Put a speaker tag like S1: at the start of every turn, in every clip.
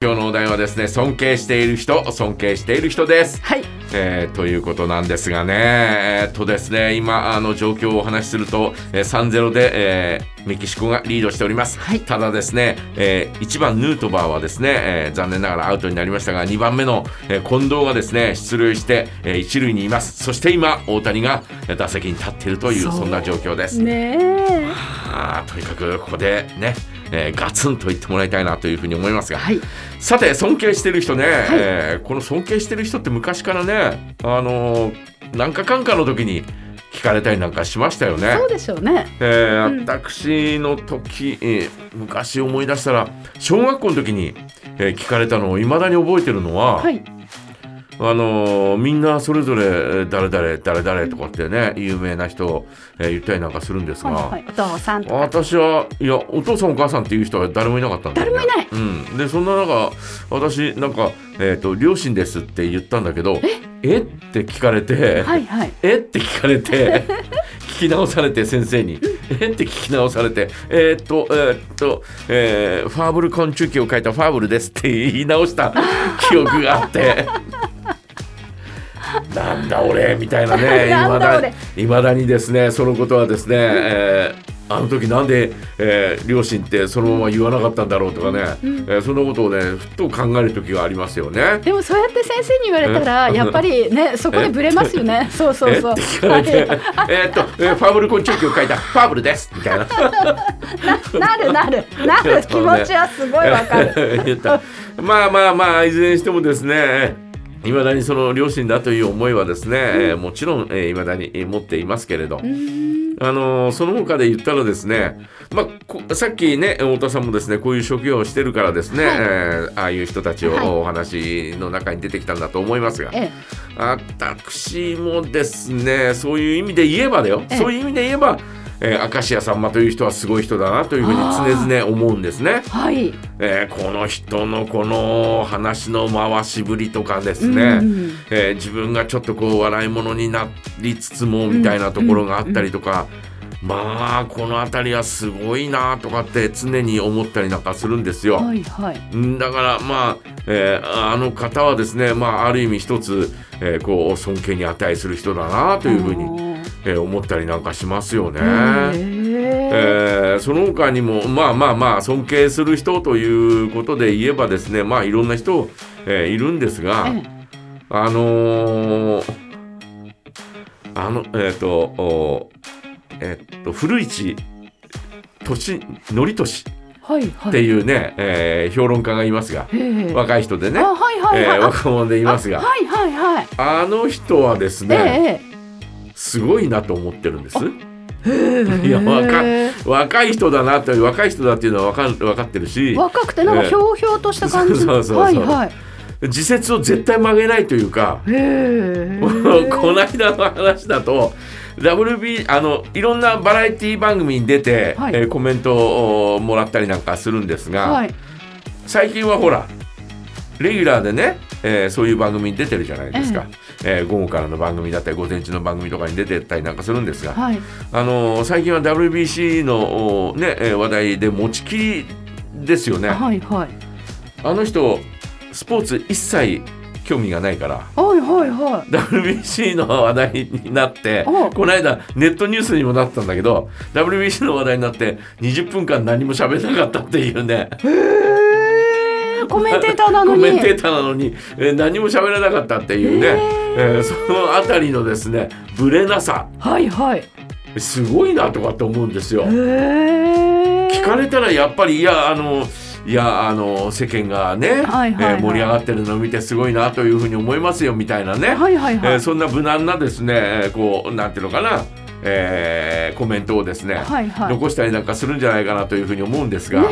S1: 今日のお題はですね尊敬している人尊敬している人です、
S2: はい、
S1: えーということなんですがねえーっとですね今あの状況をお話しすると、えー3-0で、えーメキシコがリードしております、
S2: はい
S1: ただですね、えー1番ヌートバーはですね、えー残念ながらアウトになりましたが2番目の、えー近藤がですね出塁して、えー一塁にいますそして今大谷がえー打席に立っているという
S2: そう
S1: そんな状況です
S2: ねえ、
S1: あーとにかくここでね、えーガツンと言ってもらいたいなというふうに思いますが、
S2: はい、
S1: さて尊敬してる人ね、えーこの尊敬してる人って昔からねあのーなんかかんかの時に聞かれたりなんかしましたよね
S2: そ。うでしょうね。
S1: えー
S2: うん
S1: 私の時、えー昔思い出したら小学校の時に、えー聞かれたのをいまだに覚えてるのは、
S2: はい、
S1: あのーみんなそれぞれえー誰々誰々とかってね有名な人を、えー言ったりなんかするんですが、
S2: はい、はい、お父さんとか。
S1: 私はいやお父さんお母さんっていう人は誰もいなかったんだよ、ね、
S2: 誰もいない
S1: うん、でそんな中私なんか、えーと「両親です」って言ったんだけど「えっ?」て聞かれて「
S2: はい、はい、
S1: えっ?」て聞かれて 聞き直されて先生に「えっ?」て聞き直されて「えーっとえーっと、えーファーブル昆虫記を書いたファーブルです」って言い直した記憶があって。 なんだ俺みたいなね、い
S2: な
S1: ま
S2: んだ
S1: だ
S2: 俺
S1: いまだにですね、そのことはですね、えーあの時なんで、えー両親ってそのまま言わなかったんだろうとかね、えーそんなことをね、ふっと考える時がありますよね。
S2: でも、そうやって先生に言われたら、
S1: え
S2: やっぱりね、そこでブレますよね。そう、そう、
S1: え
S2: そう。
S1: って聞かれて、
S2: は
S1: えーっと、えーファーブル昆虫記を書いたファーブルですみたいな。
S2: いなる、なる、なる、気持ちはすごいわか る。
S1: 言ったまあまあまあいずれにしてもですねいまだにその両親だという思いはですね、えーもちろんいまだにえー持っていますけれど、あのーその他で言ったらですね、まあ、こさっきね太田さんもですねこういう職業をしてるからですね、
S2: はい
S1: えーああいう人たち
S2: はい
S1: をお話の中に出てきたんだと思いますが、
S2: ええ、
S1: 私もですねそういう意味で言えばだよ、
S2: ええ
S1: そういう意味で言えば、えー、明石家さんまという人はすごい人だなというふうに常々思うんですね。
S2: はい。
S1: えーこの人のこの話の回しぶりとかですね、
S2: うん
S1: えー自分がちょっとこう笑い物になりつつもみたいなところがあったりとか、まあこの辺りはすごいなとかって常に思ったりなんかするんですよ。
S2: はい、はい。
S1: うんだからまあ、えーあの方はですね、まあ、ある意味一つ、えーこう尊敬に値する人だなというふうに、えー思ったりなんかしますよね。
S2: あー。へえ
S1: えーその他にもまあまあまあ尊敬する人ということで言えばですねまあいろんな人、えーいるんですが、
S2: え
S1: あのーあのえっ、とおえっと古市年のりとし
S2: えはい、
S1: っ
S2: は
S1: て
S2: い。
S1: いうね、えー評論家がいますが
S2: ええ
S1: 若い人でね、
S2: あ、はい、はい、
S1: え
S2: は
S1: ー
S2: い。
S1: 若者でい
S2: い
S1: ますが
S2: はい、はい、はい。
S1: あの人はです
S2: え
S1: ね、
S2: え
S1: すごいなと思ってるんです。
S2: ええ。
S1: いや若
S2: へえ
S1: 若い人だなという若い人だっていうのは分か分かってるし
S2: 若くてなんかひょうひょうとした感じの
S1: そうそうそう
S2: はい
S1: そう
S2: はい
S1: 自説を絶対曲げないというか、
S2: へえ
S1: この間の話だと WB あのいろんなバラエティ番組に出て、
S2: はい
S1: えーコメントをもらったりなんかするんですが、
S2: はい
S1: 最近はほらレギュラーでね、えーそういう番組に出てるじゃないですか、えー午後からの番組だったり午前中の番組とかに出てたりなんかするんですが、
S2: はい
S1: あのー最近は WBC の、おね、えー話題で持ちきりですよね。
S2: はいはい
S1: あの人スポーツ一切興味がないから
S2: はいはいはい
S1: WBC の話題になって
S2: お
S1: この間ネットニュースにもなったんだけど WBC の話題になって20分間何も喋らなかったっていうね
S2: へえコメンテーターな の
S1: コ
S2: に
S1: メンテーターなのに、えー何も喋らなかったっていうね、
S2: へ
S1: えーそのあたりのですねブレなさ
S2: はいはいへ
S1: すごいなとかって思うんですよ。
S2: え
S1: 聞かれたらやっぱりいやあのいやあの世間がね、
S2: はいはいはい
S1: えー盛り上がってるのを見てすごいなというふうに思いますよみたいなね、
S2: はいはいはい
S1: えーそんな無難なですねえーこうなんていうのかな、えーコメントをですね、
S2: はいはい
S1: 残したりなんかするんじゃないかなというふうに思うんですが、
S2: ね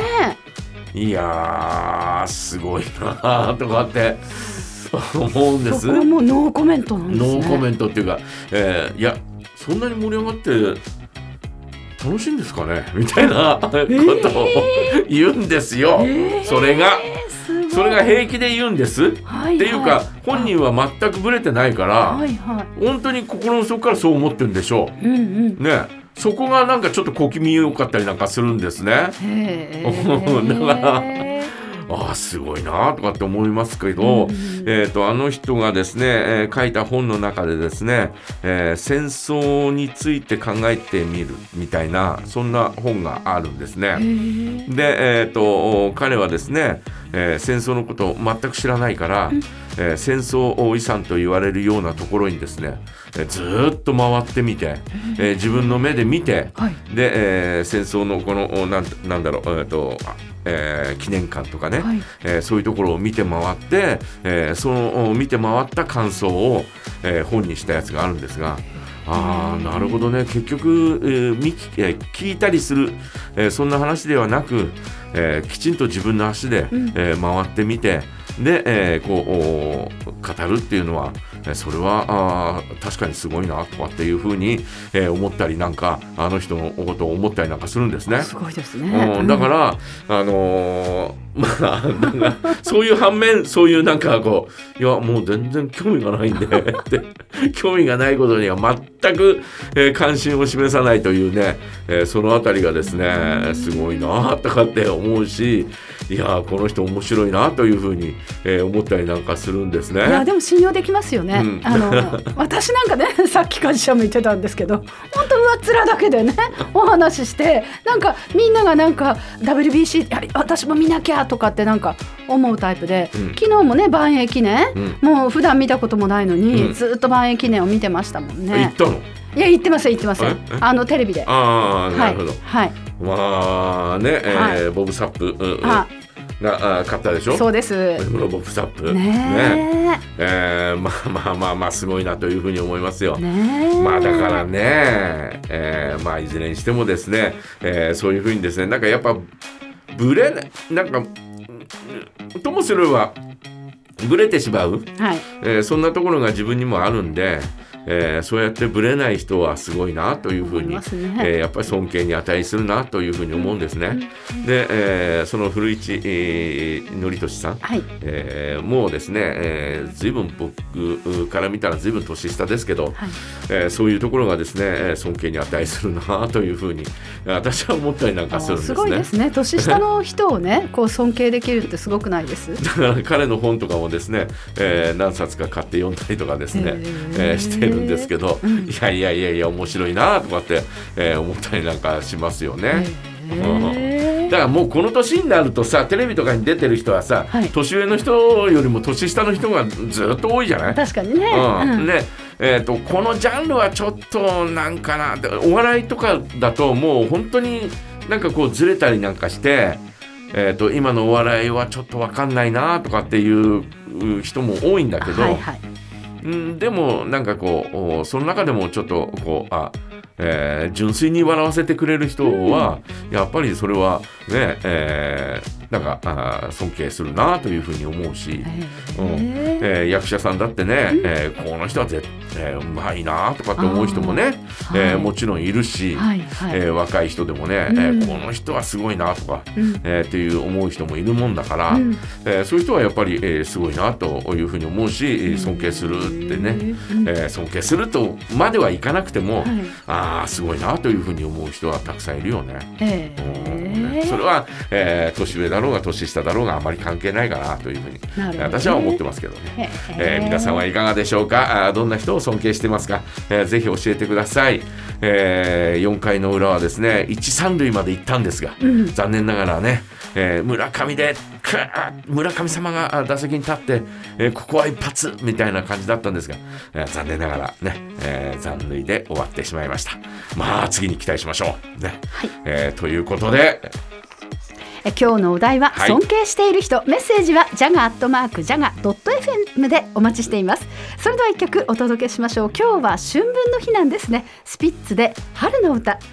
S1: いやーすごいなーとかって思うん
S2: え
S1: で
S2: そ
S1: す。
S2: こはもうノーコメントなんですね
S1: ノーコメントっていうか、えーいやそんなに盛り上がって楽しいんですかね みたいなことを言うんですよ、
S2: えー
S1: それが
S2: えーすごい
S1: それが平気で言うんです、
S2: はいはい
S1: っていうか本人は全くブレてないから、
S2: はいは
S1: 本当に心の底からそう思ってるんでしょ
S2: いうんうん
S1: うねそこが なんかちょっと小気味よかったりなんかするんですね
S2: へえ
S1: だからああすごいなとかって思いますけど、
S2: うん
S1: えー、とあの人がですね、えー書いた本の中でですね、えー戦争について考えてみるみたいなそんな本があるんですね。 で、えー、と彼はですね、えー戦争のことを全く知らないから、えー戦争遺産と言われるようなところにですね、えーずーっと回ってみて、えー自分の目で見て、
S2: はい
S1: で、えー戦争のこのおなんなんだろう、えーとあえー記念館とかね、
S2: はい
S1: えーそういうところを見て回って、えーそのお見て回った感想を、えー本にしたやつがあるんですが。あーなるほどね結局、えー見聞きえー聞いたりする、えーそんな話ではなく、えーきちんと自分の足で、
S2: うん
S1: えー回ってみてで、えーこうお語るっていうのはえーそれはあー確かにすごいなとかっていうふうに、えー思ったりなんかあの人のことを思ったりなんかするんですね。
S2: すごいです
S1: う
S2: ね。
S1: ん、だから、あのー まあなんかそういう反面そういうなんかこういやもう全然興味がないんでって興味がないことには全く、えー関心を示さないというね、えーそのあたりがですねすごいなとかって思うしいやーこの人面白いなというふうに、えー思ったりなんかするんですね。
S2: いやでも信用できますよね。
S1: うん
S2: あの私なんかね さっき幹事社も言ってたんですけど本当上っ面だけでねお話ししてなんかみんながなんか WBC やはり私も見なきゃとかってなんか思うタイプで、
S1: うん
S2: 昨日もね万栄記念、
S1: うん
S2: もう普段見たこともないのに、
S1: うん
S2: ずっと万栄記念を見てましたもん
S1: 言っ
S2: ね。
S1: たの
S2: いや言ってません言ってません
S1: ええ
S2: あのテレビで。は
S1: ああ
S2: い
S1: なるほど、
S2: はい
S1: まあね、えーボブ・サップ、うんうん
S2: あ
S1: があ勝ったでしょ
S2: そうです。
S1: このボブ・サップね
S2: ね
S1: えーまあまあまあまあすごいなというふうに思いますよ。
S2: えねえ。
S1: まあだからね、えーまあいずれにしてもですね、えーそういうふうにですねなんかやっぱブレななんかうんともすればブレてしまう、
S2: はい。
S1: えーそんなところが自分にもあるんで、えーそうやってブレない人はすごいなというふう
S2: 思い
S1: に
S2: ますね
S1: えーやっぱり尊敬に値するなというふうに思うんですね。で、えーその古市、えー、のりとしさん、
S2: はい。
S1: えーもうですね、えー、随分僕から見たら随分年下ですけど、
S2: はい。
S1: えーそういうところがですねえー尊敬に値するなというふうに私は思ったりなんかするんです
S2: す
S1: ね。
S2: ごいですね年下の人をねこう尊敬できるってすごくないです
S1: だから 彼の本とかもですね、えー何冊か買って読んだりとかですね
S2: へ、ー
S1: えーしてるんですけど、
S2: うん
S1: いやいやいやいや面白いなとかって、えー思ったりなんかしますよね。
S2: へー
S1: だからもうこの年になるとさテレビとかに出てる人はさ、
S2: はい
S1: 年上の人よりも年下の人がずっと多いじゃない、
S2: 確かにね、
S1: う
S2: うんん
S1: ねえー、とこのジャンルはちょっとなんかなでお笑いとかだともう本当になんかこうずれたりなんかして、えー、と今のお笑いはちょっとわかんないなとかっていうう人も多いんだけど、
S2: はいはい
S1: うん、でもなんかこうおその中でもちょっとこうあ、えー純粋に笑わせてくれる人は、やっぱりそれはね、えーなんかあー尊敬するなというふうに思うし。
S2: へー
S1: えー役者さんだってね、えーこの人は絶対うまいなとかって思う人もね、
S2: はい
S1: えーもちろんいるし、
S2: はいはい、
S1: えー若い人でもね、えー
S2: うん
S1: この人はすごいなとか、
S2: うん
S1: えーっていう思う人もいるもんだから、
S2: うん
S1: えーそういう人はやっぱり、えーすごいなというふうに思うし、えー尊敬するってね、
S2: うん
S1: えー尊敬するとまではいかなくても、
S2: はい
S1: ああすごいなというふうに思う人はたくさんいるよね。
S2: え
S1: うん
S2: ー
S1: それは、えー年上だろうが年下だろうがあまり関係ないかなというふうに
S2: なるほどね
S1: 私は思ってますけどね。
S2: へー
S1: えー皆さんはいかがでしょうかあーどんな人を尊敬してますか、えーぜひ教えてください、え4回の裏はですね一三塁まで行ったんですが、
S2: うん
S1: 残念ながらね、えー村上でくー村上様があ打席に立って、えーここは一発みたいな感じだったんですが、えー残念ながらね、えー残塁で終わってしまいましたまあ次に期待しましょうね、
S2: はい
S1: えーということで
S2: え今日のお題は
S1: はい
S2: 尊敬している人、メッセージはジャガアットマークジャガドット FM でお待ちしていますそれでは一曲お届けしましょう今日は春分の日なんですねスピッツで春の歌